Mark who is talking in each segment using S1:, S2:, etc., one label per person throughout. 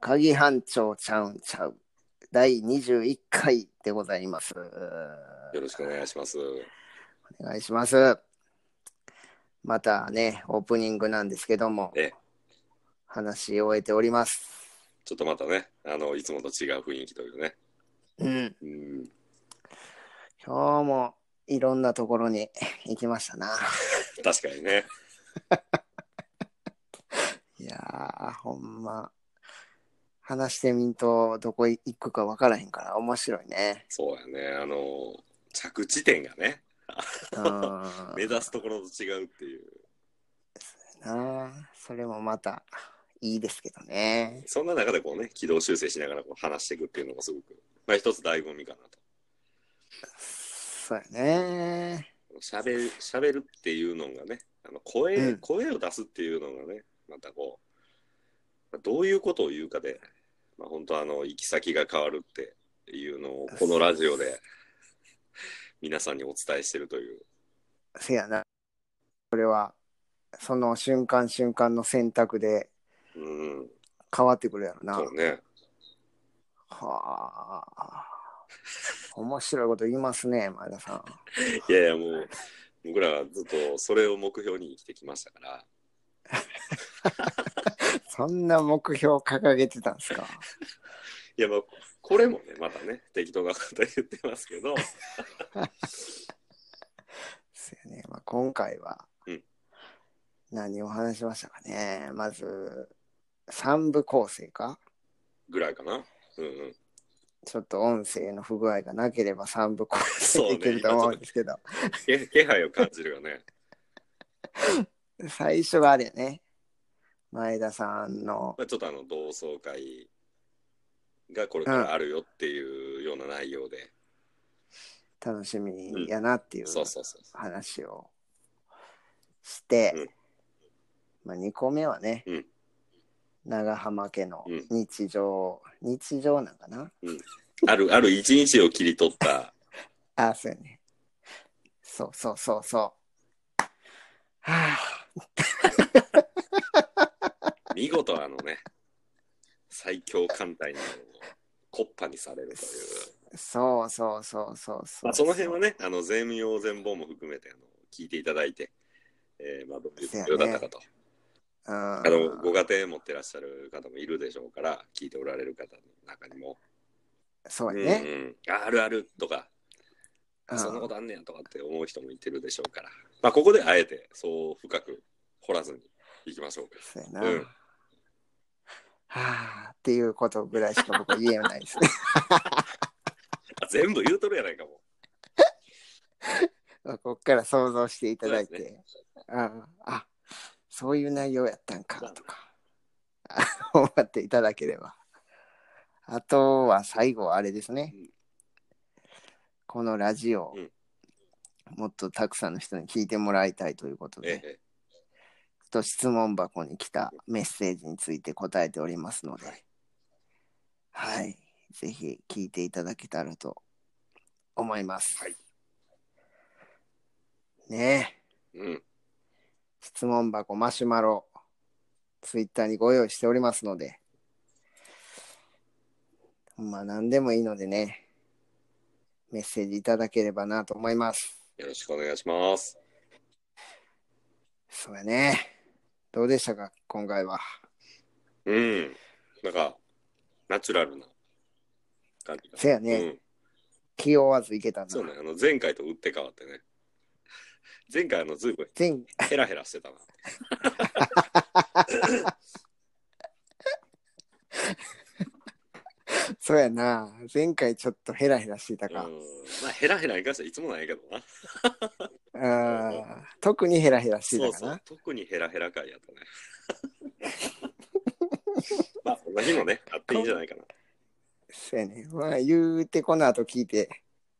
S1: 赤木班長ちゃうんちゃう第21回でございます。
S2: よろしくお願いします。
S1: お願いします。またね、オープニングなんですけども
S2: ええ、
S1: 話し終えております。
S2: ちょっとまたね、あの、いつもと違う雰囲気というね。
S1: うん、
S2: うん。
S1: 今日もいろんなところに 行きましたな。
S2: 確かにね。
S1: いやー、ほんま。話してみんとどこ行くか分からへんから面白いね。
S2: そうやね。あの、着地点がね、
S1: うん
S2: 目指すところと違うっていう。
S1: なあそれもまたいいですけどね。
S2: そんな中でこうね、軌道修正しながらこう話していくっていうのもすごく、まあ一つ醍醐味かなと。
S1: そうやね。
S2: 喋る喋るっていうのがね、あの声、
S1: うん
S2: 声を出すっていうのがね、またこう、まあどういうことを言うかで、まあ、本当あの、行き先が変わるっていうのを、このラジオで、皆さんにお伝えしてるという。
S1: せやな。それは、その瞬間瞬間の選択で
S2: うん、
S1: 変わってくるやろな。
S2: そうね。
S1: はあ。面白いこと言いますね、前田さん。
S2: いやいや、もう、僕らはずっとそれを目標に生きてきましたから、
S1: そんな目標掲げてたんですか。
S2: いや、まあ、これもね、またね、適当なこと言ってますけど、
S1: そうやね。まあ、今回は
S2: うん、
S1: 何を話しましたかね。まず、三部構成か。
S2: ぐらいかな。うんうん。
S1: ちょっと音声の不具合がなければ三部構
S2: そ
S1: 成い
S2: うね
S1: けると思うんですけど、
S2: け気配を感じるよね。
S1: 最初があれやね。前田さんの、
S2: まあ、ちょっとあの同窓会がこれからあるよっていうような内容で、
S1: 楽しみやなっていう
S2: そうそうそう
S1: 話をして、
S2: うん
S1: まあ、2個目はね、
S2: うん
S1: 長浜家の
S2: うん
S1: 日常、日常なんかな
S2: あるある一日を切り取った
S1: あそうやねそうそうそうそうはあ
S2: 見事あのね最強艦隊のコッパにされるという、
S1: そうそうそうそうそう、
S2: まあ、その辺はねあの全容全貌も含めてあの聞いていただいて、えーまあ、どういう内容だったかと、
S1: うん
S2: あのご家庭持ってらっしゃる方もいるでしょうから聞いておられる方の中にも、
S1: そう
S2: うん
S1: やね、
S2: うん、ああるあるとか
S1: うん
S2: そんなことあんねやとかって思う人もいてるでしょうから、まあ、ここであえてそう深く掘らずにいきま しょうか。
S1: そうやな、
S2: うん
S1: はあっていうことぐらいしか僕は言えないですね
S2: あ全部言うとるやないかも。
S1: こっから想像していただいて、
S2: そうです
S1: うんあそういう内容やったんかとか あ思っていただければあとは最後はあれですね、
S2: うん
S1: このラジオを
S2: うん
S1: もっとたくさんの人に聞いてもらいたいということで、
S2: ええ、
S1: ちょっと質問箱に来たメッセージについて答えておりますので、はい、ぜひ聞いていただけたらと思います。
S2: はい
S1: ねえ、
S2: うん、
S1: 質問箱マシュマロ、ツイッターにご用意しておりますので、まあ何でもいいのでね、メッセージいただければなと思います。
S2: よろしくお願いします。
S1: そうやね。どうでしたか、今回は。
S2: うん、なんかナチュラルな感じが。
S1: せやね気負わずいけた
S2: うん、
S1: な。
S2: そうね、あの前回と打って変わってね。前回あのずいぶん
S1: 前
S2: ヘラヘラしてたな。
S1: そうやな。前回ちょっとヘラヘラしてた
S2: う
S1: か
S2: ん。、まあヘラヘラに関してはいつもないけどな。
S1: うん、特にヘラヘラして
S2: そう
S1: たか
S2: そう
S1: な。、
S2: 特にヘラヘラ回やったね。 まあ、そんな日もね、あっていいんじゃないかな。
S1: そうやね。まあ言うてこの後聞いて、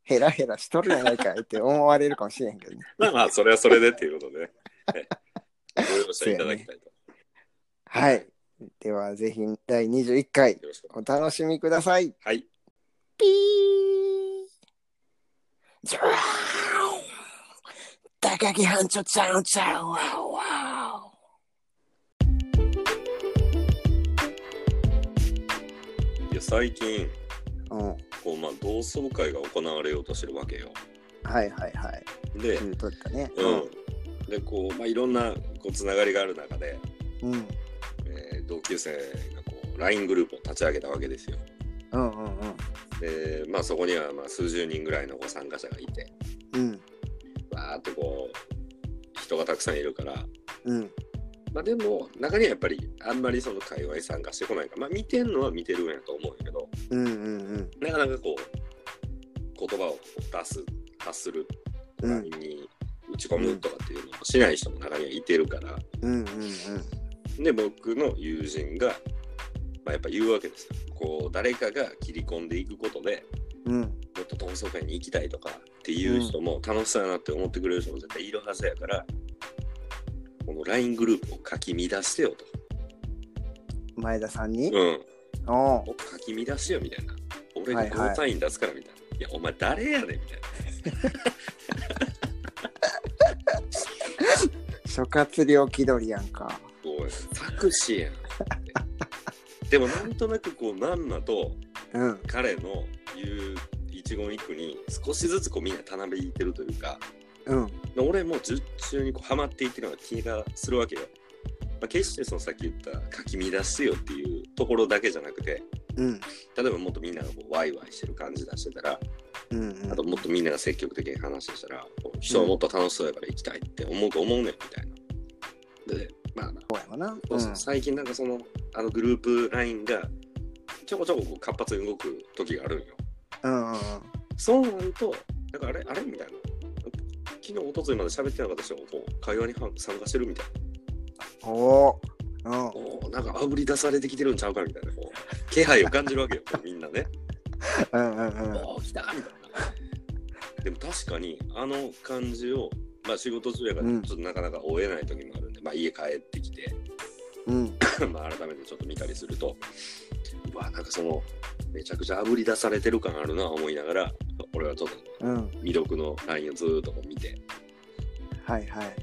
S1: ヘラヘラしとるやないかいって思われるかもしれんけどね。
S2: まあまあ、それはそれでっていうことで、ね、ご容赦いただきたいと。
S1: はい。ではぜひ第21回
S2: よろしく。
S1: お楽しみください。
S2: はい。
S1: ピージュワー高木班長ちゃんちゃんわおわお
S2: で最近
S1: うん。は
S2: こう、まあ、同窓会が行われようとしてるわけ
S1: い
S2: よ。
S1: はいはい。
S2: で、
S1: 言うとったね。
S2: うん、でこう、まあ、いろんなこうつながりがある中で、
S1: うん。うん。
S2: えー同級生がこう LINE グループを立ち上げたわけですよ。
S1: うんうんうん。
S2: で、まあ、そこにはまあ数十人ぐらいのこう参加者がいて
S1: うん。
S2: わーっとこう人がたくさんいるから、
S1: うん。
S2: まあ、でも中にはやっぱりあんまりその界隈に参加してこないから、まあ、見てるのは見てるんやと思うんやけど
S1: うんうん
S2: なかなかこう言葉を出す発する
S1: うん。う
S2: LINE
S1: ん
S2: に打ち込むとかっていうのをしない人も中にはいてるから。
S1: うんうん
S2: で僕の友人が、まあ、やっぱ言うわけですよこう誰かが切り込んでいくことで
S1: うん。うん。
S2: もっと同窓会に行きたいとかっていう人も楽しそうやなって思ってくれる人も絶対いるはずやからこの LINE グループをかき乱してよと、
S1: 前田さんに、
S2: うん、
S1: おう
S2: もっとかき乱してよみたいな俺がこの単位出すからみたいな、いやお前誰やねんみたいな
S1: 諸葛亮気取りやんか。
S2: こう作詞やん でもなんとなくこうまんまと
S1: うん。
S2: 彼の言う一言一句に少しずつこうみんなたなびいてるというか
S1: うん。
S2: 俺も術中にこうハマっていってるような気がするわけよ。まあ、決してそのさっき言ったかき乱してよっていうところだけじゃなくて
S1: うん。
S2: 例えばもっとみんながこうワイワイしてる感じ出してたら
S1: うんうん。
S2: あともっとみんなが積極的に話してたらこう人はもっと楽しそうやから行きたいって思うと思うねんみたいな。でまあ
S1: そうやわな。
S2: そうそう最近なんかそのあのグループ LINE がちょこちょここう活発に動く時があるんよ。
S1: うん。うん
S2: そうなると、なんかあれあれみたいな。昨日、一昨日まで喋ってなかった人がこう会話に参加してるみたいな。
S1: おおー。うん。
S2: おーなんかあぶり出されてきてるんちゃうかみたいな。こう気配を感じるわけよ、こうみんなね。
S1: うんうんうん。
S2: おー来たみたいな。でも確かに、あの感じを、まあ仕事中やから、ち
S1: う
S2: ょっ
S1: ん
S2: となかなか追えない時もあるんで、まあ家帰ってきて、
S1: うん。
S2: まあ改めてちょっと見たりすると、うわ、なんかその、めちゃくちゃあぶり出されてる感あるな、思いながら、俺はちょっと
S1: うん。
S2: 魅力の LINE をずーっとこう見て、
S1: はいはい。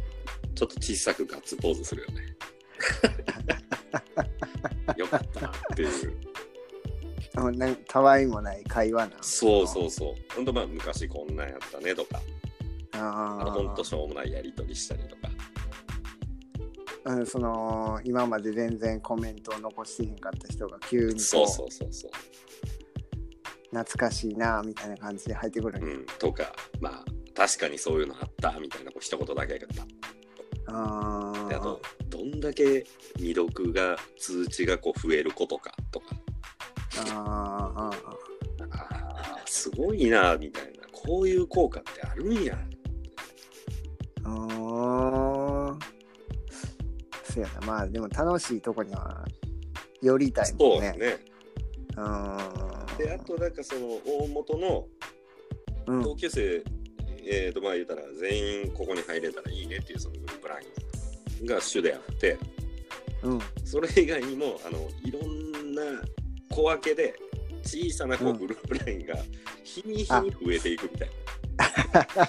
S2: ちょっと小さくガッツポーズする よね。よかったなっていう。
S1: うんなんかたわいもない会話な。
S2: そうそうそう。ほんとまあ昔こんなんやったねとか、
S1: あ
S2: あ
S1: あ。
S2: のほんとしょうもないやりとりしたりとか。
S1: うん、その今まで全然コメントを残してへんかった人が急にこう
S2: そうそうそうそう。
S1: 懐かしいなみたいな感じで入ってくるん
S2: う
S1: や、
S2: ん。とか、まあ確かにそういうのあったみたいなこう一言だけやった。
S1: あ
S2: であ
S1: ー
S2: と、どんだけ未読が通知がこう増えることかとか、
S1: あー
S2: ああ、すごいなみたいな、こういう効果ってあるんや。
S1: あーあーあーそうやなまあでも楽しいとこには寄りたい
S2: そ
S1: も
S2: うん
S1: ね
S2: ね。
S1: うーん
S2: で、あとなんかその大元の
S1: うん
S2: 同級生、えー、とまあ言うたら全員ここに入れたらいいねっていうそのグループラインが主であって
S1: うん
S2: それ以外にもあのいろんな小分けで小さなこ
S1: う
S2: うんグループラインが日に日に増えていくみたいな、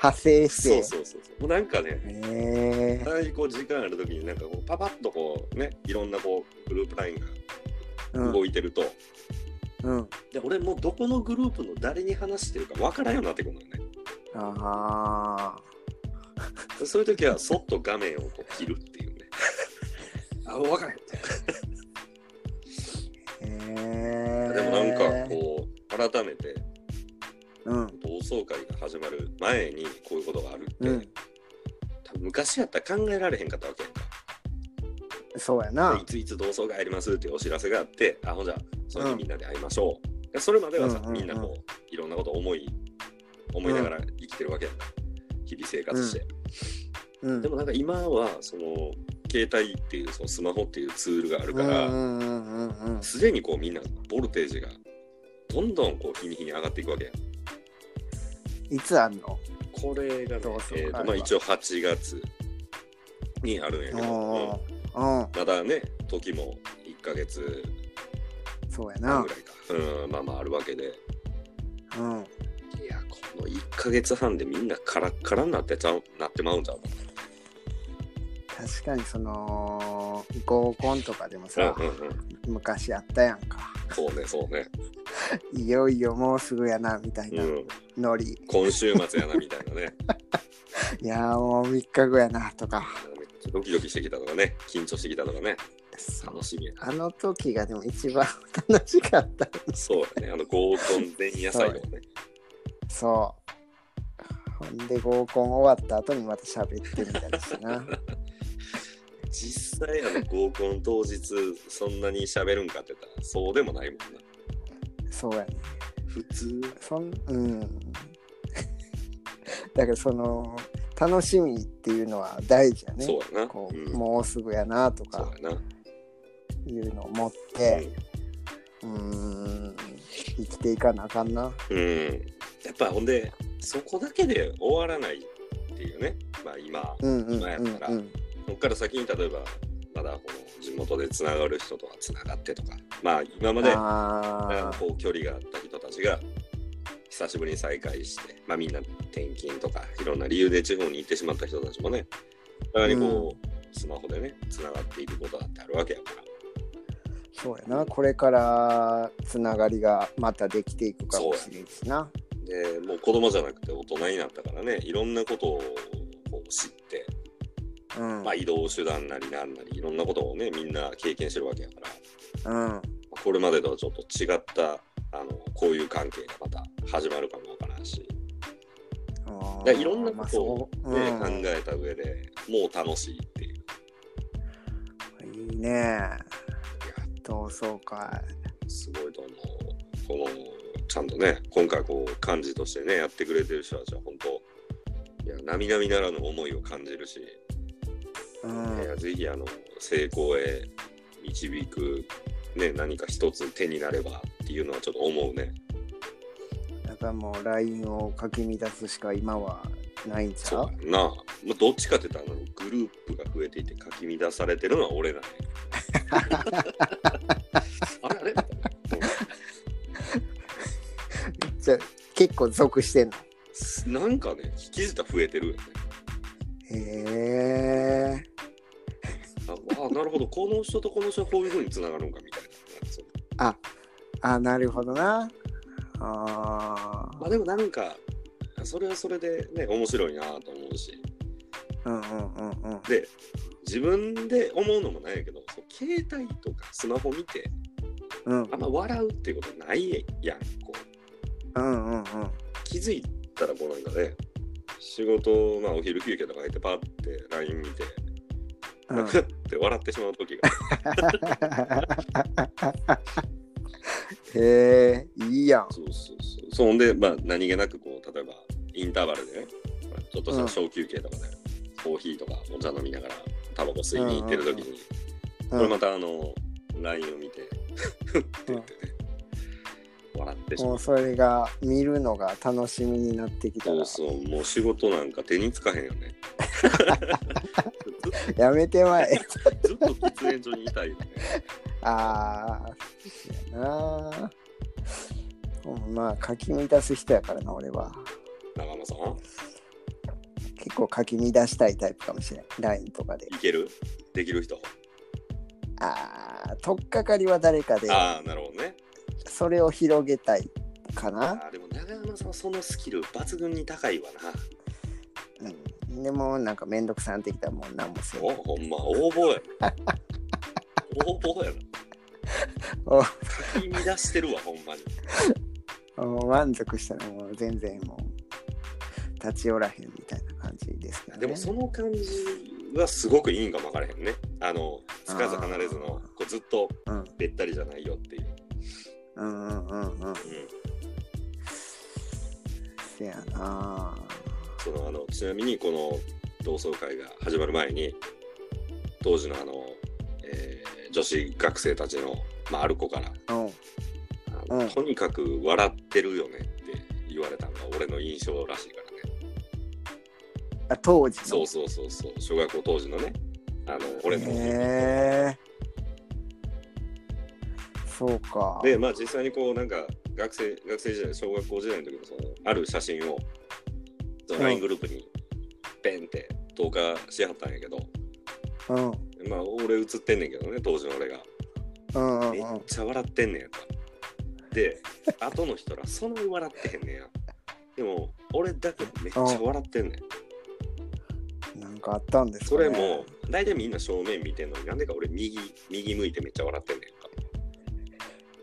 S1: 派生し
S2: そう
S1: て
S2: そうそうそうもうなんかね
S1: へえ
S2: たまにこう時間ある時になんかこうパパッとこうねいろんなこうグループライン
S1: う
S2: が
S1: ん
S2: 動いてると、
S1: うん
S2: で俺もうどこのグループの誰に話してるかわからんようになってくるのよね
S1: あ
S2: でそういう時はそっと画面をこう切るっていうね あ分からへん
S1: ーへえ
S2: でもなんかこう改めて
S1: うん
S2: 同窓会が始まる前にこういうことがあるって、
S1: うん
S2: 多分昔やったら考えられへんかったわけやんか
S1: そうやな
S2: でいついつ同窓会ありますっていうお知らせがあってあほんじゃその日みんなで会いましょう、でそれまではさ、
S1: うんうんうん
S2: みんなこういろんなこと思い思いながら生きてるわけやんか日々生活して、
S1: うん
S2: でもなんか今はその携帯っていうそのスマホっていうツールがあるから、
S1: うんうんうんうんうん
S2: すでにこうみんなボルテージがどんどんこう日に日に上がっていくわけやん
S1: いつあんの
S2: これがね
S1: 同窓、会
S2: えー
S1: は
S2: とまあ、一応8月にあるんやけど、
S1: うん、うん、
S2: うんまだね、時も1ヶ月
S1: そうやな
S2: 半ぐ。らいか、うん、まあまああるわけで、
S1: うん。
S2: いや、この1ヶ月半でみんなカラッカラになってちゃうなってまうんちゃう
S1: 確かにその合コンとかでも
S2: か
S1: さ
S2: な。、うんうんうん
S1: 昔やったやんか。
S2: そうね、そうね。。
S1: いよいよもうすぐやな、みたいうなんノリ。
S2: 今週末やな、みたいなね。
S1: いやーもう3日後やな、とか。
S2: ドキドキしてきたとかね、緊張してきたとかね、
S1: そう
S2: 楽しみや。
S1: あの時がでも一番楽しかった。
S2: そうやね、あの合コン前夜 祭とかね。
S1: そう。ほんで合コン終わった後にまた喋ってみたりして な。
S2: 実際あの合コン当日そんなに喋るんかって言ったらそうでもないもんな
S1: そうやね。
S2: 普通
S1: そんうん。 だからその楽しみっていうのは大事やね。
S2: そうやな
S1: こう
S2: うん
S1: もうすぐやなと
S2: そ
S1: か
S2: うやな、
S1: いうのを持って、うーん、生きていかなあかんな。
S2: うん、うんやっぱほんでそこだけで終わらないっていうねまあ今
S1: うんうん
S2: 今やっ
S1: うん
S2: たら
S1: うん。
S2: こっから先に例えばまだこの地元でつながる人とはつながってとかまあ今まで
S1: あ
S2: こう距離があった人たちが久しぶりに再会して、まあ、みんな転勤とかいろんな理由で地方に行ってしまった人たちもねだからこう、スマホでねつながっていくことだってあるわけやから
S1: ーそうやな。これからつながりがまたできていくかもしれんしな。
S2: でもう子供じゃなくて大人になったからねいろんなことをこう知って、
S1: うん。
S2: まあ、移動手段なりなんなりいろんなことをねみんな経験してるわけやか
S1: う
S2: ら
S1: ん。
S2: これまでとはちょっと違ったあのこういう関係がまた始まるかもわからんし
S1: あ
S2: だ
S1: ー
S2: からいろんなことを、ね
S1: まあそううん
S2: 考えた上でもう楽しいっていう。
S1: いいね
S2: いや
S1: 同窓会
S2: すごいと思う。このちゃんとね、今回こう幹事としてね、やってくれてる人たちは本当、いや、並々ならぬ思いを感じるし、
S1: うん
S2: いや、ぜひあの、成功へ導く、ね、何か一つ手になればっていうのはちょっと思うね。
S1: だからもう LINE をかき乱すしか今はないんちゃ
S2: そううやなあ。まあ、どっちかって言ったら、あのグループが増えていて、かき乱されてるのは俺なんや あれあれみたいな
S1: じゃあ結構属してんの
S2: うんなんかね、引きずったら増えてるよね。
S1: へえ
S2: ああなるほどこの人とこの人はこういうふうにつながるのかみたいなそう
S1: あなるほどなあ
S2: まあでもなんかそれはそれでね面白いなと思うし
S1: ーうんうんうんうん
S2: で自分で思うのもないけどそう携帯とかスマホ見て
S1: うん
S2: あんま笑うっていうことないやんこう
S1: うんうん
S2: 気づいたらこうなんかね仕事、まあ、お昼休憩とか入ってパッて LINE 見て、
S1: うんう
S2: なんんかって笑ってしまう時 が
S1: へえいいやん
S2: そうそうそうそんで、まあ、何気なくこう例えばインターバルでねまあちょっとし
S1: うん
S2: た小休憩とかで、コーヒーとかお茶飲みながらタバコ吸いに行ってる時に、
S1: う
S2: これ
S1: ん
S2: またあの LINE を見てふって言ってね、笑ってしま
S1: も
S2: う
S1: うそれが見るのが楽しみになってきた
S2: そ
S1: ら
S2: うそうもう仕事なんか手につかへんよ ね
S1: やめてまえ
S2: ずっと喫煙所にいたいよね
S1: ああなあまあかき乱す人やからな俺は
S2: 長間さん
S1: 結構かき乱したいタイプかもしれん LINE とかで
S2: いけるできる人、
S1: ああ取っかかりは誰かで
S2: ああなるほどね
S1: それを広げたいかな、
S2: あーでも長山さんそのスキル抜群に高いわな
S1: うん、でもなんかめんどくさんってきたらもう何もせん
S2: おほんま応募やな応募や
S1: お
S2: なかき乱してるわほんまに
S1: もう満足したらもう全然もう立ち寄らへんみたいな感じですけど、ね、
S2: でもその感じはすごくいいんかもわからへんね。あの、つかず離れずの、
S1: あー
S2: こうずっと
S1: うん
S2: べったりじゃないよっていう。
S1: うんうんうんうん
S2: うん、
S1: せやな
S2: そのあのちなみにこの同窓会が始まる前に、当時のあの、えー女子学生たちの、まあ、ある子から、
S1: うん
S2: あの
S1: うん
S2: とにかく笑ってるよねって言われたのが俺の印象らしいからね。
S1: あ当時の
S2: そうそうそうそう、小学校当時のね、あの俺の。
S1: へえそうか
S2: で、まあ実際にこうなんか学生、学生時代、小学校時代の時のそのある写真を、その LINE グループにペンって投下しはったんやけど、
S1: うん
S2: まあ俺映ってんねんけどね、当時の俺が。
S1: うんうん
S2: めっ
S1: うん
S2: ちゃ笑ってんねやんか。で、後の人らそんなに笑ってへんねや。でも、俺だけめっちゃ笑ってんねん。
S1: なんかあったんですか
S2: そ
S1: ね
S2: れも、大体みんな正面見てんのに、なんでか俺右、右向いてめっちゃ笑ってんね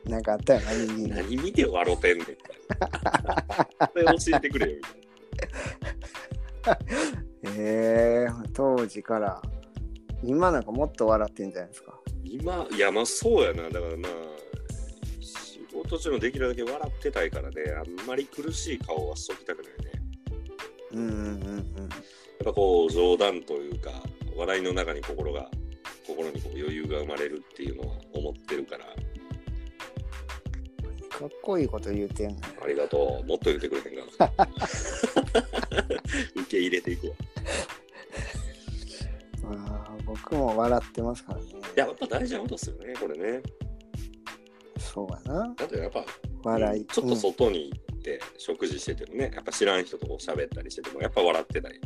S2: ん
S1: なんかあったよな右
S2: か。
S1: に
S2: 何見て笑ってんねんか。それ教えてくれよ、みたいな。
S1: えー、当時から今なんかもっと笑ってんじゃないですか
S2: 今、いや、まあそうやな。だからまあ、仕事中もできるだけ笑ってたいからね、あんまり苦しい顔はしときたくないね。
S1: うんうんうん
S2: やっぱこう冗談というか笑いの中に心が心にこう余裕が生まれるっていうのは思ってるから
S1: うんかっこいいこと言うてんの
S2: ありがとうもっと言ってくれへんかな 受け入れていくわ
S1: あー僕も笑ってますからね
S2: いややっぱ大事なことですよねこれね
S1: そうやな
S2: だってやっぱ
S1: 笑い
S2: ちょっと外に行って食事しててもねやっぱ知らん人とこう喋ったりしててもやっぱ笑ってたり、
S1: うん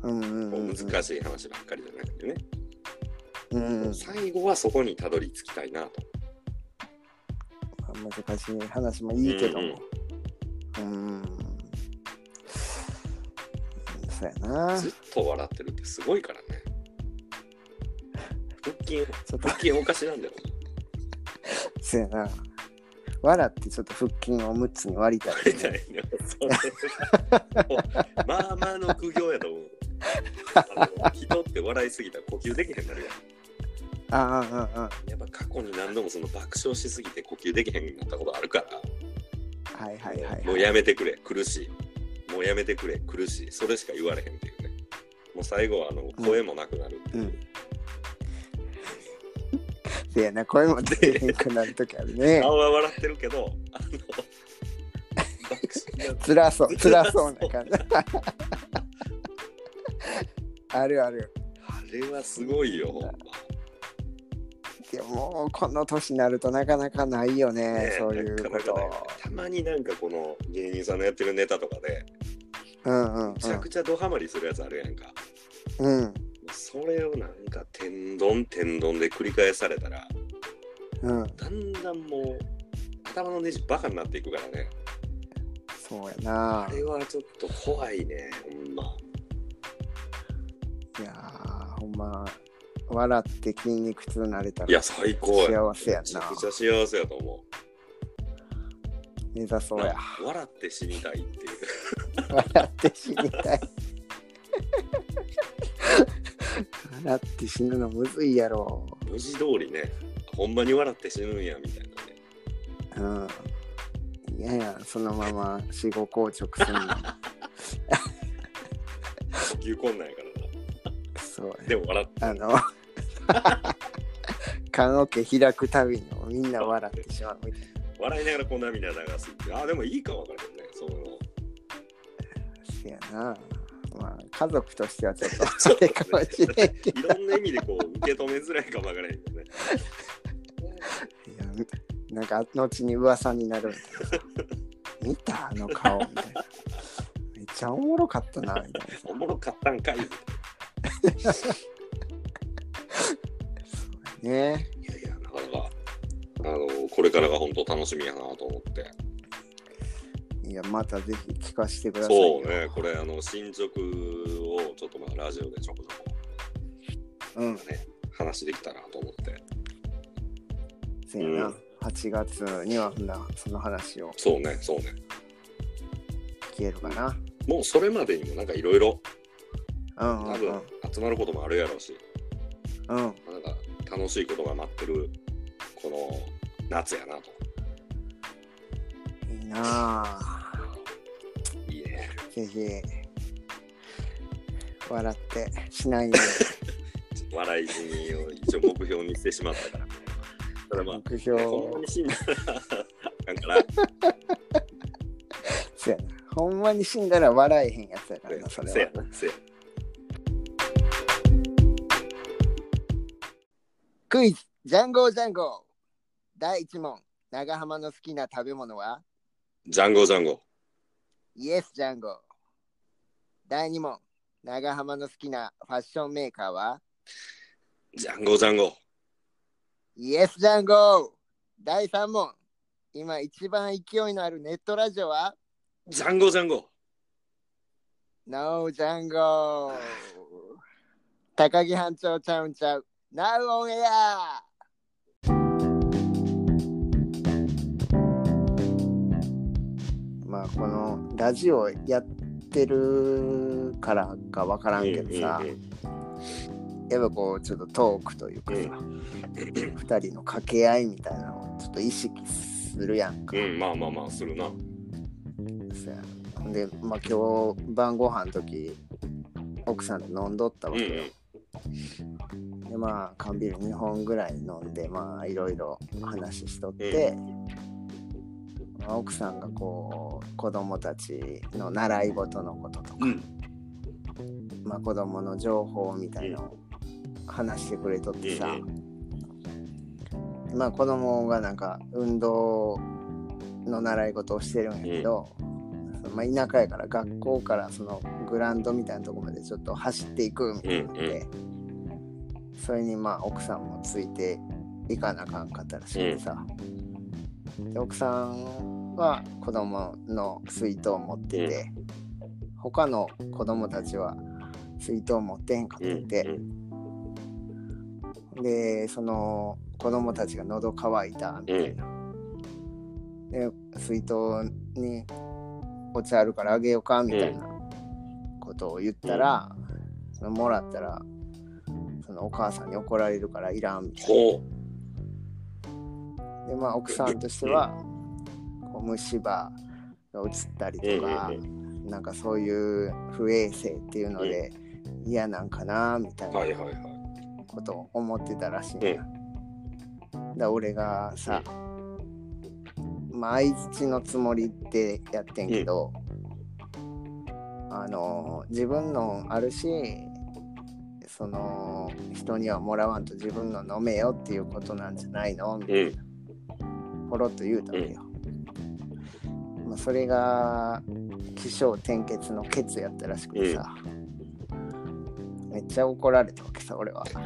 S1: うんうんうん
S2: こう難しい話ばっかりじゃなくてね、
S1: うんうん
S2: 最後はそこにたどり着きたいなと
S1: まあ難しい話もいいけどもうんうんそうやな
S2: ずっ
S1: ち
S2: と笑ってるってすごいからね腹筋
S1: ょっと
S2: 腹筋おかしなんだよ
S1: そうやな笑ってちょっと腹筋を6つに割りた
S2: み
S1: い
S2: た
S1: ね、
S2: いな、 それまあまあの苦行やと思う。あの人って笑いすぎたら呼吸できへんなるや
S1: あああああ
S2: ん。やっぱ過去に何度もその爆笑しすぎて呼吸できへんになったことあるから、
S1: あはいはいはい、
S2: も
S1: は
S2: う
S1: い、
S2: やめてくれ、苦しい。もうやめてくれ、苦しい。それしか言われへんっていうね。もう最後はあの声もなくなるっていう。
S1: うん せやな声も出てへんくなるときあるね
S2: 顔は笑ってるけど、あの、爆笑
S1: 辛 そう辛そうな感じ あるある
S2: あれはすごいよ、ほんま。
S1: でもうこの年になるとなかなかないよね
S2: ねえ
S1: そういうこ
S2: なかなかないよね
S1: と
S2: たまになんかこの芸人さんのやってるネタとかで、
S1: うんうん
S2: めちゃくちゃドハマりするやつあるやんか。
S1: うんうん
S2: それをなんか天丼天丼で繰り返されたら、
S1: うん
S2: だんだんもう頭のネジバカになっていくからね。
S1: そうや
S2: あ
S1: な
S2: れはちょっと怖いね、ほんま。
S1: いやーほんま笑って筋肉痛になれた
S2: いや、
S1: ら
S2: 最高や。
S1: 幸せやん
S2: めちゃ
S1: な
S2: くちゃ幸せやと思う。
S1: 目指そうや
S2: なんか笑って死にたいっていう。
S1: 笑って死にたい 笑って死ぬのむずいやろ
S2: 文字通りね、ほんまに笑って死ぬんや、みたいなね。
S1: うんいやいやそのまま死後硬直 するの
S2: 呼吸困難やからな。
S1: そうや
S2: でも笑っ
S1: あの 棺桶開くたびにもみんな笑ってしまうみたいな
S2: 笑いながらこう涙流すって。あ、でもいいかわかるよね。その
S1: せやなまあ家族としてはちょっ
S2: ち
S1: とあ
S2: ょっと
S1: れ
S2: ね
S1: かもしれんけ
S2: いろんな意味でこう受け止めづらいかもわからへんよね。
S1: どいやなんか後に噂になるみたいなさ見たあの顔みたいなめっちゃおもろかったなみたいなさ
S2: おもろかったんかい。い
S1: ね
S2: やいや、なかなか、あの、これからが本当楽しみやなと思って。
S1: いやまたぜひ聞かせてください
S2: そ
S1: よ
S2: うね、これ、あの、進捗をちょっとまあラジオでちょこちょこ
S1: うん
S2: ね、話できたらと思って。
S1: せやな、
S2: うん
S1: 8月にはほんなその話を
S2: そうね、そうね。
S1: 聞けるかな
S2: もうそれまでにもなんかいろいろ
S1: うんう
S2: 多
S1: んう
S2: 分
S1: ん
S2: 集まることもあるやろうし、
S1: うん
S2: なんか楽しいことが待ってるこの夏やなと。
S1: いいなあ
S2: いいね。
S1: ぜひ笑ってしないよ
S2: ちょっと笑い死にを一応目標にしてしまったから。た
S1: うに
S2: だまあ、
S1: 目標
S2: ねほんまに死んだら、なんか
S1: そうやなほん
S2: な
S1: まに死んだら笑えへんやつやからなそれ
S2: せや
S1: は
S2: な、せや
S1: クイズジャンゴージャンゴー第1問長浜の好きな食べ物は
S2: ジャンゴジャンゴ。
S1: イエスジャンゴー第2問長浜の好きなファッションメーカーは
S2: ジャンゴジャンゴ。
S1: イエスジャンゴ第3問今一番勢いのあるネットラジオは
S2: ジャンゴジャンゴ
S1: ?No ジャンゴ高木班長ちゃうんちゃう Now on air! まあこのラジオやってるからかわからんけどさ、
S2: うんうんうん
S1: やっぱこうちょっとトークというかさ、2人の掛け合いみたいなのをちょっと意識するやんか。
S2: うん、まあまあまあ、するな。う
S1: そうやで、まあ、今日晩ご飯の時奥さんと飲んどったわ
S2: んう
S1: けよ。
S2: ん。
S1: でまあ缶ビール2本ぐらい飲んでまあいろいろ話しとって、まあ奥さんがこう子供たちの習い事のこととか、
S2: うん。
S1: まあ、子供の情報みたいのを話してくれとってさ、まあ子供がなんか運動の習い事をしてるんやけど、そのまあ、田舎やから学校からそのグラウンドみたいなとこまでちょっと走っていくみたいなので、それにまあ奥さんもついていかなあかんかったらしくてさ、で奥さんは子供の水筒を持ってて、他の子供たちは水筒を持ってへんかっ
S2: う
S1: て
S2: ん。
S1: て、でその子供たちが喉乾いたみたいな、で水筒にお茶あるからあげようかみたいなことを言ったら、そのもらったらそのお母さんに怒られるからいらんみたい
S2: ほ
S1: なでまあ奥さんとしては、こう虫歯がうつったりとか、
S2: うんう。
S1: なんかそういう不衛生っていうので嫌なんかなみたいうな
S2: はいはいはい。
S1: ことを思ってたらしいんや。だ俺がさ、まあ相づちのつもりってやってんけど、あの自分のあるしその人にはもらわんと自分の飲めよっていうことなんじゃないのみたいな
S2: うん。
S1: ポロッと言うたわけよ。まあ、それが起承転結のケツやったらしくてさ、めっちゃ怒られたわけさ俺は。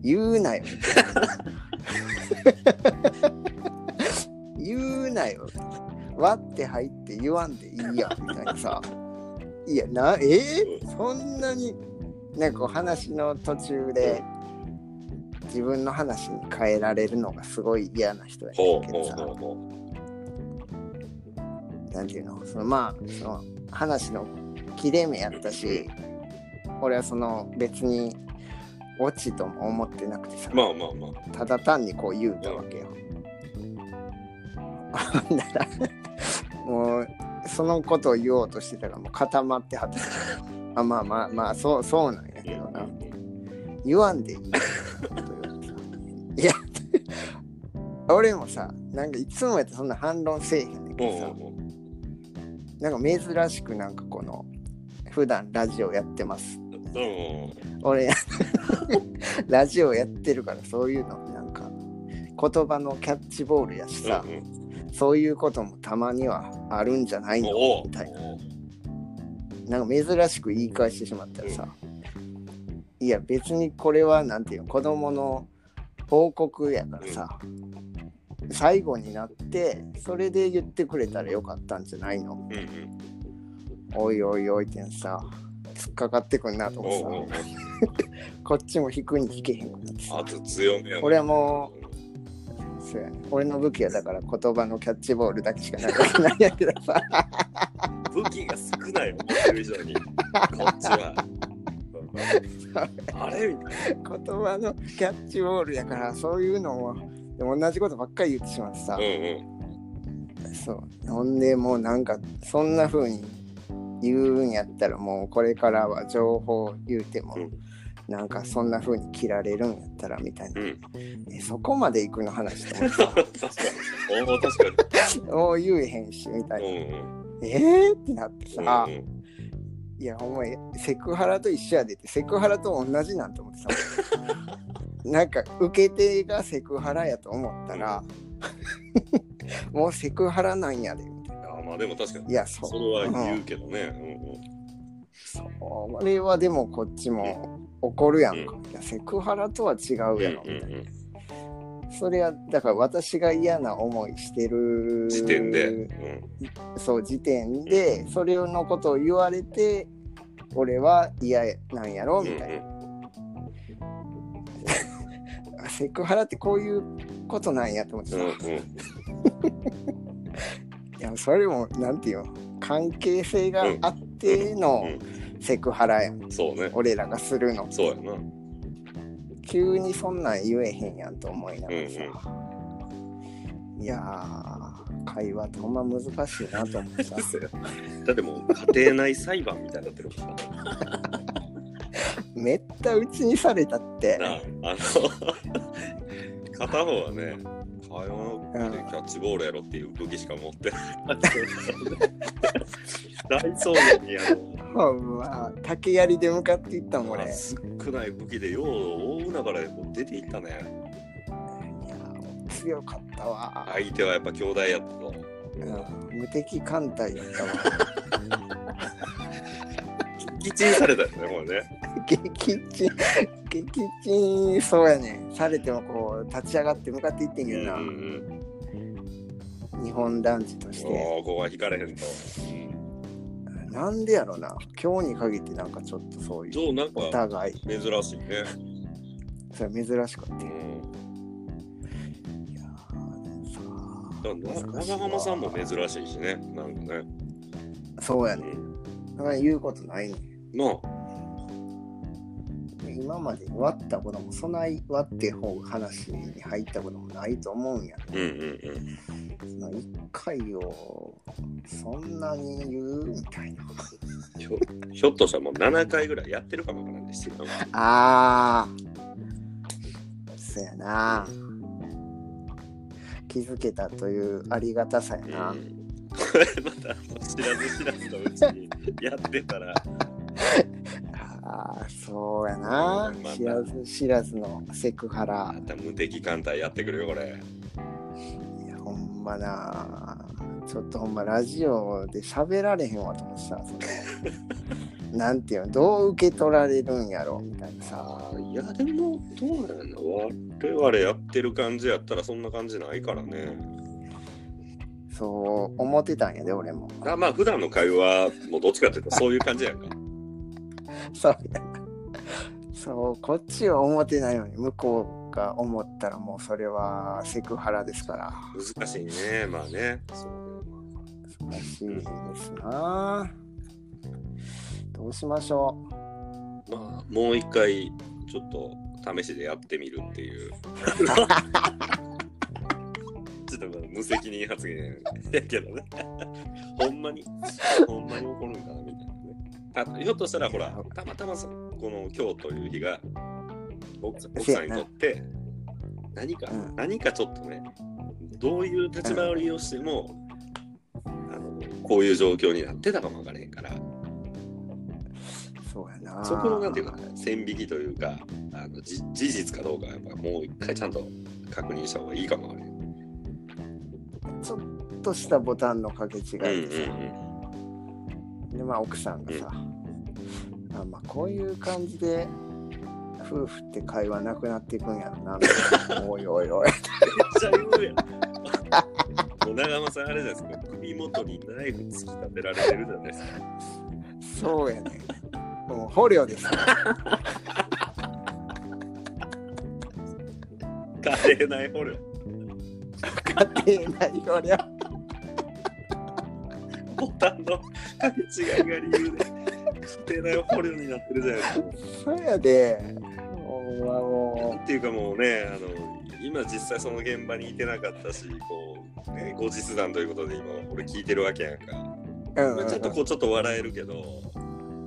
S1: 言うなよ。言うなよ。割って入って言わんでいいやみたいなさ。いやなえーそんなになんかこう話の途中で自分の話に変えられるのがすごい嫌な人やね
S2: ほ
S1: ん
S2: う
S1: け
S2: ほ
S1: ど
S2: うほ
S1: さ
S2: うほ
S1: なんていうのそのまあその話の切れ目やったし俺はその別に落ちとも思ってなくてさ、
S2: う。まあまあまあ。
S1: ただ単にこう言うたわけよ。 ほんならもうそのことを言おうとしてたからもう固まってはったあまあまあまあそうそうなんやけどな言わんでいいよいや 俺もさなんかいつもやったらそんな反論せえへんねんけ
S2: ほう
S1: ど
S2: ほ
S1: さ
S2: うほう。
S1: なんか珍しくなんかこの普段ラジオやってます
S2: うん。
S1: 俺 ラジオやってるからそういうのなんか言葉のキャッチボールやしさ、
S2: うん
S1: そういうこともたまにはあるんじゃないの
S2: おう
S1: みたいなんか珍しく言い返してしまったらさ、いや別にこれはなんていうの子供の報告やからさ、最後になってそれで言ってくれたらよかったんじゃないの
S2: うんうん。
S1: おいおいおいってさ突っかかってくんなと
S2: おうお
S1: 思っ
S2: う
S1: てさこっちも引くに引けへんくなって
S2: あ
S1: さ
S2: と強めやね
S1: 俺はもうそうやね俺の武器はだから言葉のキャッチボールだけしかなくない んやけどさ
S2: 武器が少ない思ってる以上に。こっちは。 あれみたい
S1: 言葉のキャッチボールやからそういうのもでも同じことばっかり言ってしまってさ
S2: な。うん、うん。
S1: そうほんでもうなんかそんな風に言うんやったらもうこれからは情報言うても、
S2: うん
S1: なんかそんな風に切られるんやったらみたいな、
S2: うん。
S1: えそこまで行くの話と思ってさ
S2: 確かに。おお、確か
S1: もう言えへんしみたいな、
S2: に。うんうん。
S1: えーってなって
S2: う
S1: さ、
S2: んうん
S1: いや、お前、セクハラと一緒やでって、セクハラと同じなんて思ってた もん。なんか、受け手がセクハラやと思ったら、 もうセクハラなんやで、みたいな。
S2: あまあでも確かに
S1: いや、そう。
S2: それは言うけどね、うんうん
S1: そう。あれはでも、こっちも、怒るやんか、いやセクハラとは違うやろみたいな、それはだから私が嫌な思いしてる
S2: 時点で、うん、
S1: そう時点で、それのことを言われて俺は嫌なんやろみたいな、
S2: うん
S1: セクハラってこういうことなんやと思ってさ、
S2: うんう
S1: い
S2: んうん
S1: やそれもなんていうの関係性があってのセクハラやん、
S2: うんそうね
S1: 俺らがするの
S2: そうやな
S1: 急にそんなん言えへんやんと思いながらさ、いやー会話ってほんま難しいなと思ってさ
S2: だってもう家庭内裁判みたいになってるもんな
S1: めったうちにされたって
S2: なああの片方はね会話のキャッチボールやろっていう武器しか持ってない大草原にあ
S1: ほ
S2: の
S1: んま竹槍で向かっていったもん俺
S2: あ少ない武器でよう大海原でもう出ていったね
S1: いやー強かったわ、
S2: 相手はやっぱ兄弟やったと
S1: うん無敵艦隊やったわ
S2: 撃沈されたよねこれね
S1: 激鎮激鎮そうやねされてもこう立ち上がって向かっていってんけどな、
S2: うんうんうん
S1: 日本男児として
S2: もうここは引かれへんと
S1: なんでやろな今日に限ってなんかちょっとそういう
S2: そうなん
S1: お
S2: か
S1: 互い
S2: 珍しいね
S1: それ珍しかった
S2: う
S1: よ
S2: ん
S1: いやーでもさ
S2: だからな長浜さんも珍しいしねなんかね
S1: そうや
S2: う
S1: ね
S2: ん
S1: だから言うことないね
S2: なあ
S1: 今まで割ったこともそない割って方話に入ったこともないと思うんや
S2: うんうんうん
S1: その一回をそんなに言うみたいな
S2: ひょひょっとしたらもう7回ぐらいやってるかもわからないし
S1: ああそやな気づけたというありがたさや
S2: うん
S1: な、
S2: これ また知らず知らずのうちにやってたら
S1: ああそうやな
S2: うんまあ
S1: 知らず知らずのセクハラ
S2: また無敵艦隊やってくるよこれ
S1: いやほんまなちょっとほんまラジオで喋られへんわと思ってさ それなんていうのどう受け取られるんやろみたいなさ
S2: あいやでもどうなんやろ我々やってる感じやったらそんな感じないからね
S1: そう思ってたんやで俺も
S2: あまあ普段の会話もどっちかっていうとそういう感じやんか
S1: そうそうこっちは思ってないのに向こうが思ったらもうそれはセクハラですから
S2: 難しいねまあねそう
S1: 難しいですなどうしましょう
S2: まあもう一回ちょっと試しでやってみるっ ていうちょっとまあ無責任発言やけどね ほんまにほんまに怒るんかなみたいなねあひょっとしたらほらたまたまそこの今日という日が奥さん奥さんにとって何か、
S1: うん
S2: 何かちょっとねどういう立ち回りをしても、あのこういう状況になってたかもわからへんから
S1: そうやな
S2: そこのなんていうかね線引きというかあのじ事実かどうかはやっぱもう一回ちゃんと確認した方がいいかもあれ。うん
S1: ちょっとしたボタンの掛け違いで さ、
S2: うん
S1: でまあ奥さんがさ、あまあこういう感じで夫婦って会話なくなっていくんやろ なみたいなおいおいおい
S2: めっちゃ言うやん。もう長山さんあれじゃないですか首元にナイフ突き立てられてるじゃないですか。
S1: そうやねもう捕虜です
S2: 華麗な捕虜。
S1: 家庭内捕虜
S2: ボタンの掛け違いが理由で華麗な捕虜になってるじゃないですか。
S1: そうやでほんまも
S2: っていうかもうねあの今実際その現場にいてなかったしこう、ね、後日談ということで今俺聞いてるわけやんか。
S1: ううんうん
S2: まあちょっとこうちょっと笑えるけど、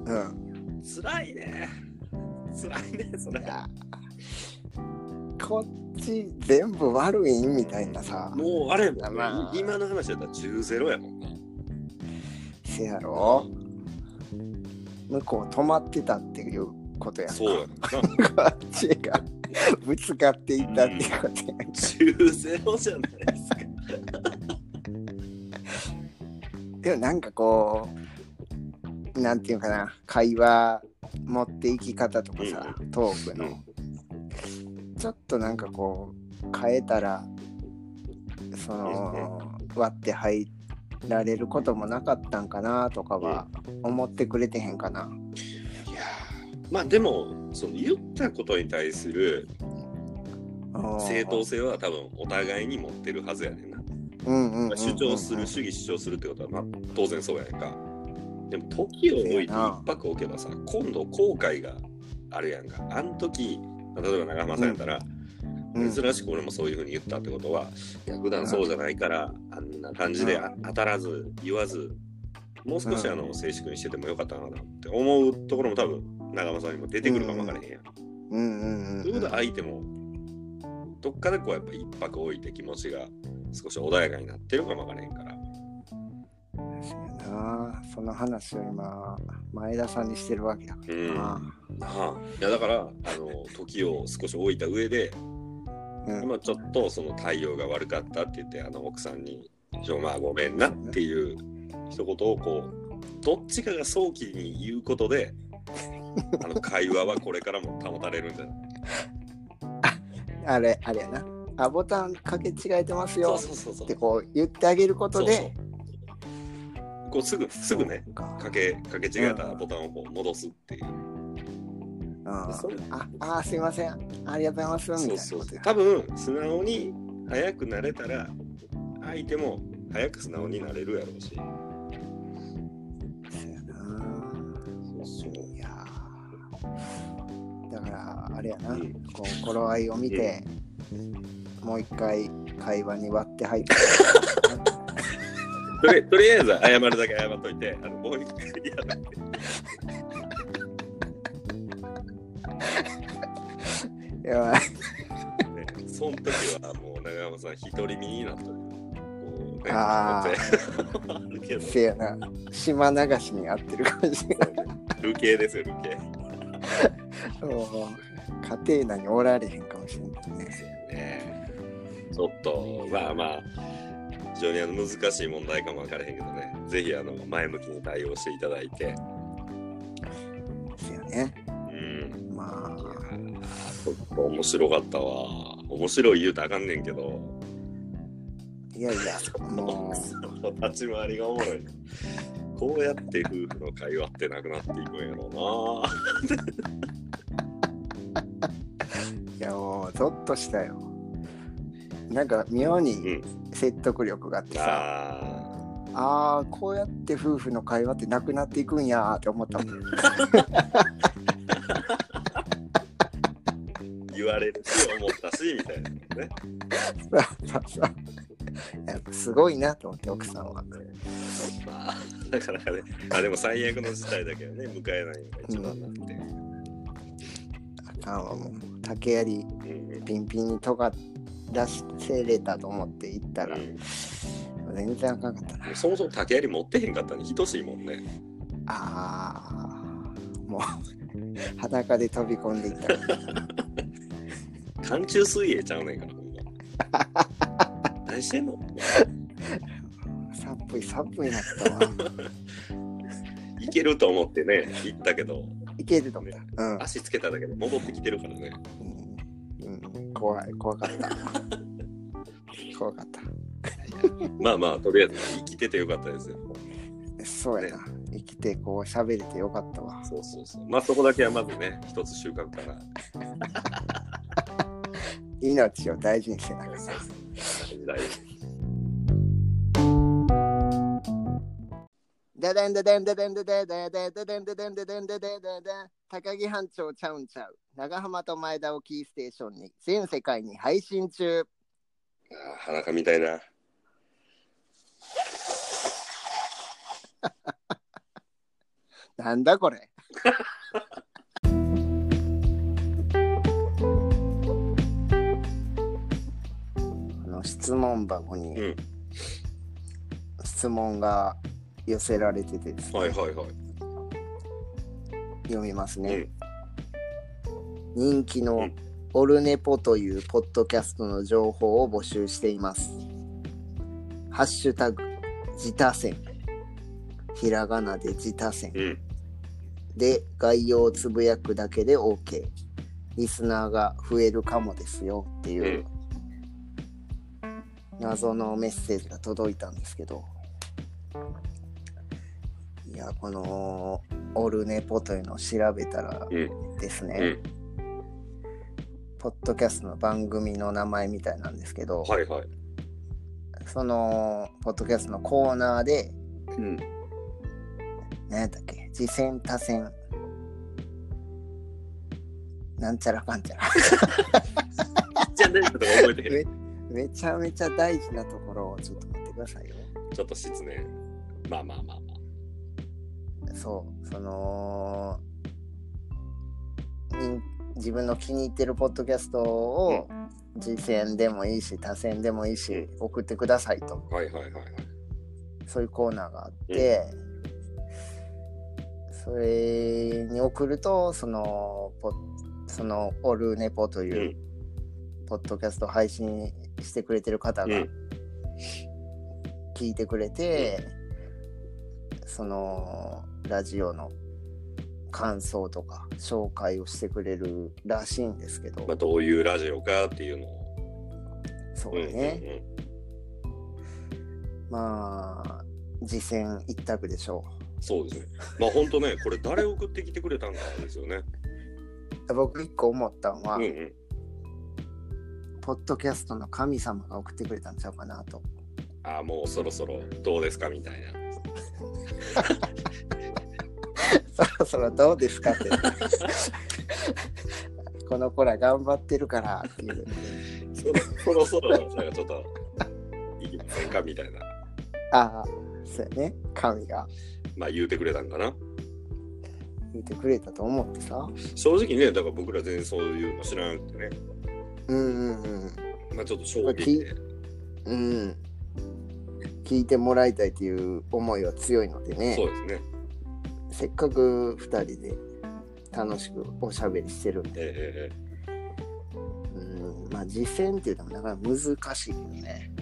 S1: うん
S2: 辛いね。辛いね、それ
S1: い。やこっち全部悪いみたいなさ
S2: もうあれやもんね、
S1: まあ
S2: 今の話やったら10ゼロやもんな。
S1: せやろ向こう止まってたっていうことやんか
S2: そうやもんな。
S1: こっちがぶつかっていったっていうことやんか
S2: 10ゼロじゃないですか。
S1: でもなんかこうなんていうかな会話持っていき方とかさ、トーク
S2: う
S1: の、ちょっとなんかこう変えたらその、割って入られることもなかったんかなとかは思ってくれてへんかな。
S2: いやーまあでもその言ったことに対する
S1: うん
S2: 正当性は多分お互いに持ってるはずやねんな、
S1: うんうんうんうん
S2: まあ主張する主義主張するってことはまあ当然そうやんかでも時を置いて一泊置けばさ今度後悔があるやんかあの時例えば長浜さんやったら、
S1: うん
S2: 珍しく俺もそういうふうに言ったってことは、いや普段そうじゃないから、あんな感じであ当たらず、言わず、もう少しあの静粛にしててもよかったのかなって思うところも多分、長間さんにも出てくるかもわからへんやん。
S1: うんうんうん
S2: ということは相手も、どっかでこうやっぱ一泊置いて気持ちが少し穏やかになってるかもわからへんから。
S1: そうやなその話を今前田さんにしてるわけだか
S2: うん。
S1: ら
S2: な
S1: な、
S2: あいやだから、あの、時を少し置いた上で、
S1: うん
S2: 今ちょっとその対応が悪かったって言ってあの奥さんに「ちょまあごめんな」っていう一言をこうどっちかが早期に言うこ とであの会話はこれからも保たれるんじゃない
S1: あれあれやなあボタンかけ違えてます
S2: そ
S1: よ
S2: うそうそうそ
S1: っ
S2: う
S1: てこう言ってあげることで
S2: そうそうこうすぐすぐね
S1: そうか
S2: かけかけ違えたボタンをこう戻すっていう、
S1: うん
S2: そう
S1: ああすいませんありがとうございますみた
S2: そ
S1: いうな
S2: そ
S1: こ
S2: う
S1: とや
S2: 多分素直に早くなれたら相手も早く素直になれるやろうし
S1: そうやな
S2: そうそう
S1: いやーだからあれやな、
S2: うん
S1: こう頃合いを見て、もう一回会話に割って入って
S2: とりとりあえず謝るだけ謝っとい て、あのもう一回やる。
S1: やばい
S2: その時はもう長山さん、独り身になったり、こうね、
S1: あ
S2: こうやってあるけど、
S1: せやな島流しに合ってるかもしれない
S2: 流刑ですよ、流刑。
S1: そう家庭内におられへんかもしれないね
S2: ねちょっと、まあまあ、非常にあの難しい問題かもわからへんけどね、ぜひあの前向きに対応していただいて、
S1: せやね
S2: うん、
S1: ま
S2: いやーちょっと面白かったわ。面白い言うとあかんねんけど、
S1: あいやい やもう
S2: 立ち回りがおもろいな。こうやって夫婦の会話ってなくなっていくんやろう
S1: いやもうゾッとしたよなんか妙
S2: う
S1: に説得力があって
S2: な。
S1: さ、
S2: あ
S1: ああこうやって夫婦の会話ってなくなっていくんやーって思 ったもん
S2: ー言われるし思ったしみたいなね。
S1: さささやっぱすごいなと思って奥さんは
S2: まあだからね、あでも最悪の事態だけどね、迎えないのが一番なんて。
S1: あかんわもう竹槍
S2: うんうん
S1: ピンピンにとが出せれたと思って行ったら、
S2: うん
S1: 全然あかんかったな
S2: そもそも竹槍持ってへんかったに等しいもんね。
S1: あーもう裸で飛び込んでいったら
S2: 寒中水泳ちゃうねんから、ほん ま。何してんの
S1: さっぷいさっぷいなったわ
S2: いけると思ってね、行ったけど、
S1: いけると思ったうん
S2: 足つけただけで戻ってきてるからね。
S1: うんうん、怖い怖かった怖かった
S2: まあまあ、とりあえず生きててよかったですよ。
S1: そうやな、生きてこう喋れてよかったわ
S2: そうそうそう。まあそこだけはまずね、一つ収穫から。
S1: 命を大事にせなあかんなダダンダダンダダンダダダダダダンダダンダダンダダダダ高木班長ちゃうんちゃう長浜と前田をキーステーションに全世界に配信中
S2: あー裸みたいな。
S1: なんだこれあの質問箱
S2: う
S1: に
S2: ん
S1: 質問が寄せられててですね、
S2: はいはいはい。
S1: 読みますね、人気のオルネポというポッドキャストの情報を募集しています。ハッシュタグ、自他戦。ひらがなで自他戦
S2: うん。
S1: で概要をつぶやくだけで OK。リスナーが増えるかもですよっていう謎のメッセージが届いたんですけど。いや、このオルネポというのを調べたら
S2: うん
S1: です
S2: う
S1: ね、
S2: ん
S1: ポッドキャストの番組の名前みたいなんですけど、
S2: はいはい
S1: そのポッドキャストのコーナーで、
S2: うん
S1: 何やったっけ次戦多戦なんちゃらかんちゃら
S2: じゃあねちょっと覚えてへん
S1: めめちゃめちゃ大事なところをちょっと待ってくださいよ
S2: ちょっと失念まあまあまあまあ
S1: そうそのに自分の気に入ってるポッドキャストを次戦でもいいし多戦でもいいし送ってくださいと
S2: はいはいはいはい
S1: そういうコーナーがあって、それに送るとそのポそのオルネポというポッドキャストを配信してくれてる方
S2: う
S1: が
S2: ん
S1: 聞いてくれて、そのラジオの感想とか紹介をしてくれるらしいんですけど、
S2: まあどういうラジオかっていうのを
S1: そう
S2: うん
S1: だ
S2: うん
S1: ね、まあ次戦一択でしょ
S2: うんそうですねまあ本当ねこれ誰送ってきてくれたんかですよね
S1: う僕一個思ったのは、
S2: うんうん
S1: ポッドキャストの神様が送ってくれたんちゃうかなと。
S2: ああもうそろそろどうですかみたいな
S1: そろそろどうですかって。 この子ら頑張ってるからっていう。
S2: そろそろそろなんかちょっといきませんかみたいな
S1: ああ、そうやね。神が
S2: まあ言うてくれたんかな
S1: 言ってくれたと思ってさ。
S2: 正直ねだから僕ら全然そういうの知らなくてね
S1: うんうん
S2: まあちょっと衝撃で
S1: うん。うん。聞いてもらいたいという思いは強いのでね
S2: そ。うですね
S1: せっかく2人で楽しくおしゃべりしてるんで。
S2: えええ
S1: うん。まあ、実践っていうのもなかなか難しいけどね。
S2: え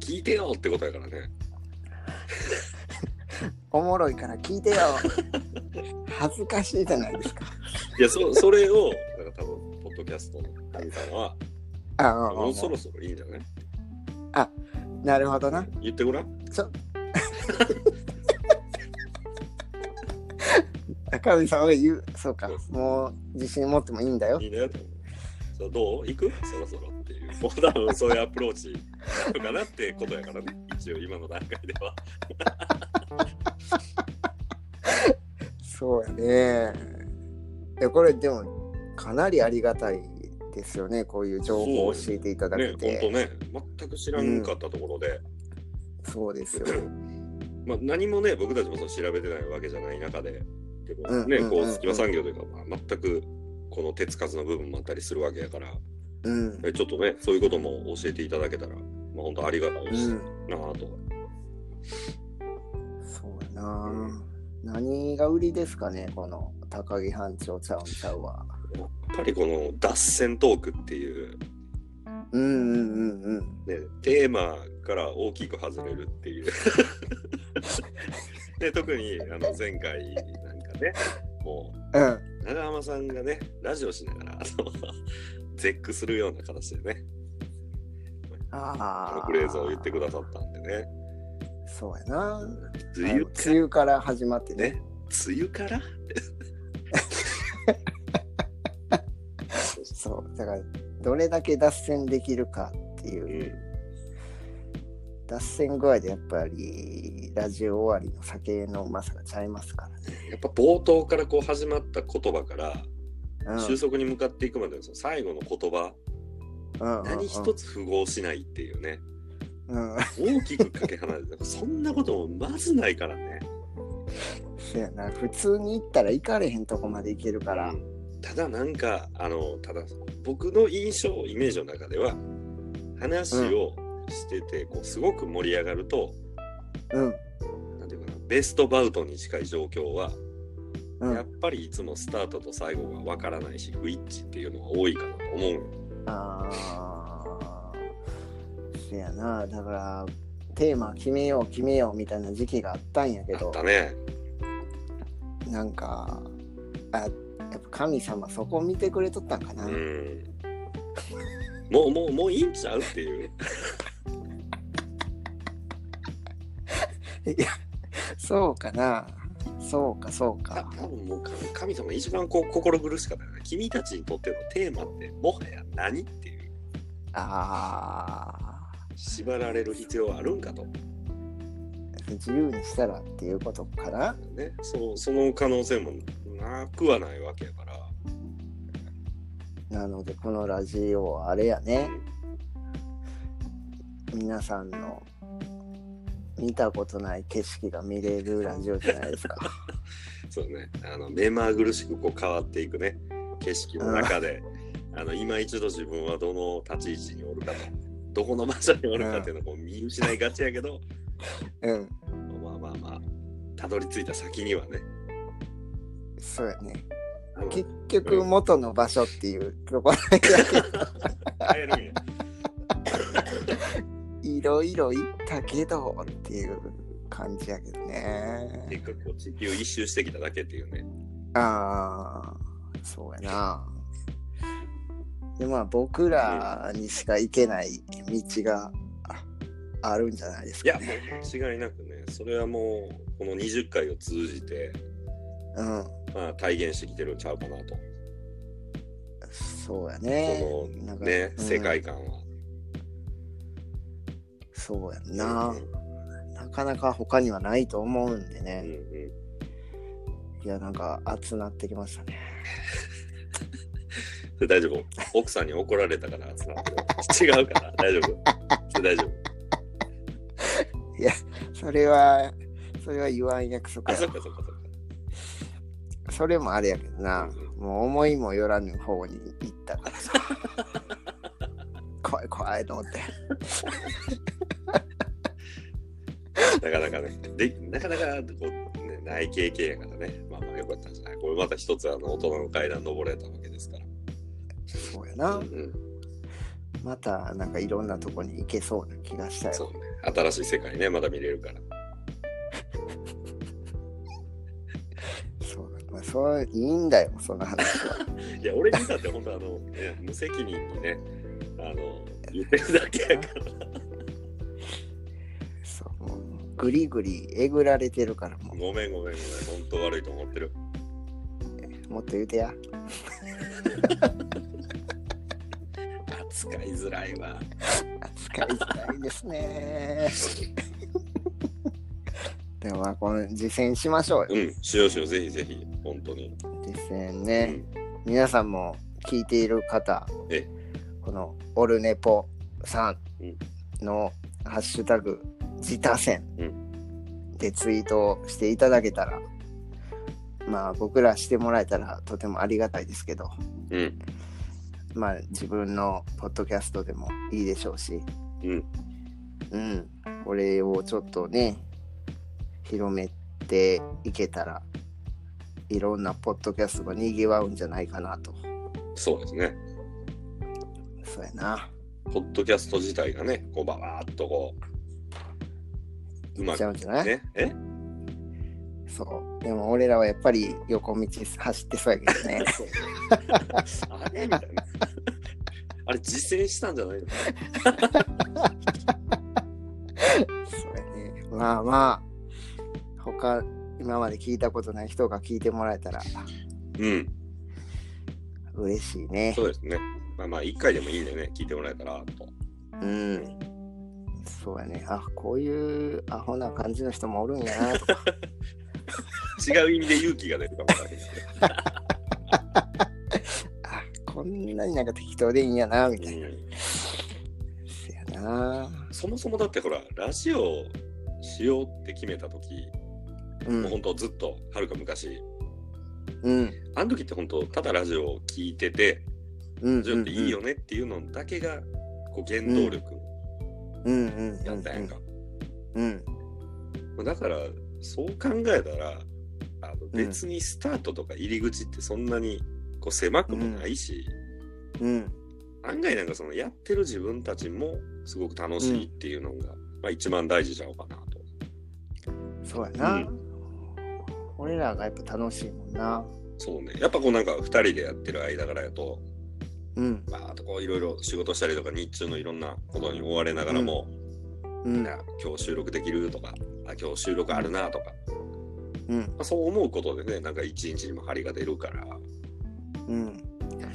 S2: 聞いてよってことやからね
S1: おもろいから聞いて よ恥ずかしいじゃないですか。
S2: いやそ それをなんか多分ポッドキャストの神様は
S1: あああ
S2: もうそろそろいいんじゃない
S1: なるほどな。
S2: 言ってごらん。
S1: 赤身さんは言う、そうか
S2: そうそ、
S1: もう自信持ってもいいんだよ
S2: い。いねと思う。そうどう行くそろそろっていう。 もう多分そういうアプローチなのかなってことやからね。一応今の段階では。
S1: そうやね。いや、これでも、かなりありがたいですよね。こういう情報を教えていただ
S2: ね
S1: け、て。
S2: 本当ね、全く知らんかったところで、
S1: そうですよ。
S2: まあ何もね、僕たちもそう調べてないわけじゃない中で、でもね、
S1: うんうんうん
S2: こ
S1: う
S2: うん隙間産業というか、まあ、全くこの手つかずの部分もあったりするわけやから、
S1: うん。
S2: えちょっとね、そういうことも教えていただけたら、まあ本当ありがたいし
S1: う。
S2: なんあと。
S1: そうやな。何が売りですかね、この高木班長ちゃうんちゃうわ。
S2: やっぱりこの脱線トークっていう、
S1: うんうんうんうん。
S2: ね、テーマから大きく外れるっていう。 で特にあの前回なんかね、も
S1: うん。
S2: う長浜さんがね、ラジオしながら、あの絶句するような形でね、あ
S1: あ
S2: の
S1: あ。
S2: フレーズを言ってくださったんでね、
S1: そうやな。
S2: 梅
S1: あ
S2: 雨
S1: の
S2: か
S1: 梅雨から始まって
S2: ら、
S1: ね。
S2: ね、梅雨からって
S1: そう。だから、どれだけ脱線できるかっていうう。
S2: ん
S1: 脱線具合でやっぱり、ラジオ終わりの酒のうまさがちゃいますからね。
S2: やっぱ冒頭からこう始まった言葉から、
S1: うん
S2: 収束に向かっていくまでのその最後の言葉、
S1: うんうん
S2: 何一つ符合しないっていうね。
S1: うん。
S2: 大きくかけ離れてそんなこともまずないからね
S1: そやな。普通に行ったら行かれへんとこまで行けるから
S2: う。んただなんかあのただ僕の印象イメージの中では話をしてて、こうすごく盛り上がると
S1: うん。
S2: なんていうかなベストバウトに近い状況は、
S1: う
S2: やっ
S1: ん。
S2: ぱりいつもスタートと最後がわからないし不一致っていうのが多いかなと思う
S1: ああ。そやな。だから、テーマ決めよう決めようみたいな時期があったんやけ
S2: あっ
S1: ど、
S2: たね
S1: なんか、やっぱ神様そこ見てくれとったんかな、
S2: うん。もう、もう、もういいんちゃうっていう。
S1: そうかなそうかそう
S2: た
S1: か
S2: 多分もう神神様一番こう心苦しかったよね。君たちにとってのテーマって、もはや何っていう。
S1: あ
S2: 縛られる必要はあるんかと。
S1: ー自由にしたらっていうことかな
S2: ね、そうその可能性もなくはないわけやから、
S1: なのでこのラジオはあれやね
S2: うん
S1: 皆さんの見たことない景色が見れるラジオじゃないですか
S2: そうねあの目まぐるしくこう変わっていくね景色の中で、あの今一度自分はどの立ち位置におるかとどこの場所におるかっていうのをこう見失いがちやけど、
S1: うん
S2: まあまあまあたどり着いた先にはね
S1: そうやね
S2: あの
S1: 結局元の場所っていうところだけ
S2: 会えるんや
S1: いろいろ行ったけどっていう感じやけどね
S2: 結局こう地球一周してきただけっていうね
S1: ああそうやなでまあ僕らにしか行けない道がああるんじゃないです
S2: い
S1: か
S2: やもう間違いなくねそれはもうこの20回を通じて、
S1: うん
S2: まあ、体現してきてるんちゃうかなと。
S1: そうやね
S2: こ
S1: な
S2: の
S1: んか
S2: ね、
S1: うん
S2: 世界観は。
S1: そうやんな、
S2: うん
S1: なかなか他にはないと思うんで
S2: うん
S1: ね、
S2: うん
S1: いやなんか熱なってきましたね
S2: それ大丈夫奥さんに怒られたから、集まってる違うから、大丈夫それ大丈夫
S1: それはそれは言わん約束
S2: あ、
S1: や
S2: そっかそっかそっか。
S1: それもあれやけどな、
S2: う
S1: もう思いもよらぬ方に行ったから さ怖い怖いと思って
S2: なかなかね、でなかなかこう、ね、ない経験やからね。まあまあよかったんじゃないこれまた一つあの大人の階段登れたわけですから。
S1: そうやな
S2: うんうん、
S1: またなんかいろんなとこに行けそうな気がしたよ
S2: そうね。新しい世界ね、まだ見れるから。
S1: そうまあ、そういいんだよその話はい
S2: や、俺にだって本当あの、ね、無責任にね、あの、言ってるだけやから。
S1: そうもうグリグリえぐられてるからも
S2: ごめんごめんごめん、本当悪いと思ってる。
S1: うもっと言うてや
S2: 扱いづらいわ。
S1: 扱いづらいです ね。でもまあこの実践しましょう
S2: う
S1: よ。
S2: ん、しようしよう、ぜひぜひ、本当に。
S1: 実践
S2: う
S1: ね。
S2: ん、
S1: 皆さんも聞いている方
S2: え、
S1: このオルネポさんのハッシュタグ自他戦
S2: う
S1: でツイートをしていただけたら、まあ僕らしてもらえたらとてもありがたいですけど、
S2: うん、
S1: まあ自分のポッドキャストでもいいでしょうし、
S2: うん、
S1: うん、これをちょっとね、広めていけたら、いろんなポッドキャストがにぎわうんじゃないかなと。
S2: そうですね。
S1: そうやな。
S2: ポッドキャスト自体がね、こう、ばばーっとこう、うま
S1: ちゃ
S2: く
S1: うんじゃない、
S2: ね、え。
S1: そう。でも俺らはやっぱり横道走ってそうやけどね
S2: そうあれみ たいな。あれ、実践したんじゃないの
S1: そうやね。まあまあ、他、今まで聞いたことない人が聞いてもらえたら
S2: うん、
S1: 嬉しいね。
S2: そうですね。まあまあ、一回でもいいんでね、聞いてもらえたらと。
S1: うん。そうやね。あ、こういうアホな感じの人もおるんやなとか。
S2: 違う意味で勇気が出るかもしれないですね。
S1: あ、こんなになんか適当でいいんやな、みたいな。
S2: うん
S1: せやな。
S2: そもそもだってほら、ラジオしようって決めたとき、
S1: う。
S2: もうん本当ずっと、はるか昔、
S1: うん。
S2: あの時って本当ただラジオを聞いてて、
S1: うん。
S2: ラジオっていいよねっていうのだけがこう原動力
S1: うん。うん。うん。
S2: やったやんか。
S1: うん。
S2: だからそう考えたらあの別にスタートとか入り口ってそんなにこう狭くもないし、
S1: うん。
S2: 案外なんかそのやってる自分たちもすごく楽しいっていうのが、まあ、一番大事ちゃうかなと。
S1: そうやな。
S2: う
S1: 俺らがやっぱ楽しいもんな。
S2: そうね。やっぱこうなんか2人でやってる間からやと、
S1: うん
S2: バーっとこういろいろ仕事したりとか、日中のいろんなことに追われながらも、
S1: うん
S2: あ今日収録できるとか、あ今日収録あるなとか、
S1: うん
S2: まあ、そう思うことでね、なんか一日にも張りが出るから、
S1: うんそうやな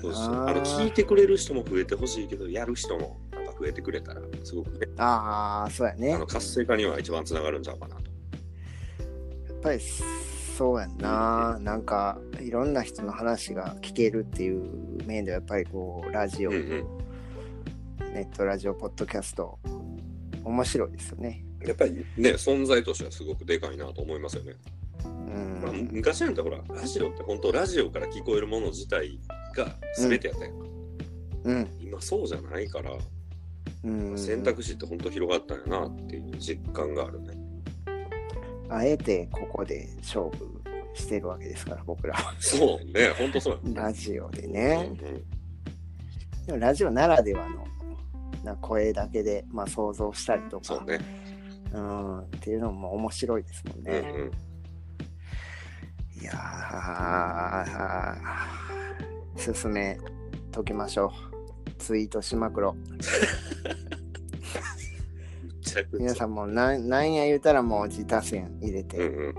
S2: そうそうあの聞いてくれる人も増えてほしいけど、やる人もなんか増えてくれたら、すごくね、
S1: ああそうやね
S2: あの活性化には一番つながるんちゃうかなと。
S1: やっぱりそうやんな、なんかいろんな人の話が聞けるっていう面ではやっぱりこうラジオ、
S2: うんうん
S1: ネットラジオポッドキャスト面白いですよね
S2: やっぱりね、存在としてはすごくでかいなと思いますよね。
S1: う
S2: まあ、
S1: ん、
S2: 昔なんてほら、ラジオって本当、ラジオから聞こえるもの自体が全てやったやんか。
S1: うん
S2: 今、そうじゃないから、
S1: うん、
S2: 選択肢って本当広がったんやなっていう実感がある ね。
S1: あえてここで勝負してるわけですから僕らは
S2: そうね、本当そうや
S1: ラジオで
S2: う
S1: ね
S2: んうん
S1: でもラジオならではのな声だけで、まあ、想像したりとか
S2: そうね。
S1: うん、っていうのも面白いですもん
S2: うんう
S1: ね、
S2: ん。
S1: いやー、進めときましょう。ツイートしまくろう。
S2: むちゃく
S1: 皆
S2: ちゃ。
S1: さんもなんなんや言うたらもう自他線入れ
S2: うん
S1: て
S2: うん。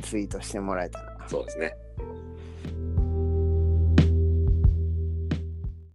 S1: ツイートしてもらえたら
S2: そうですね。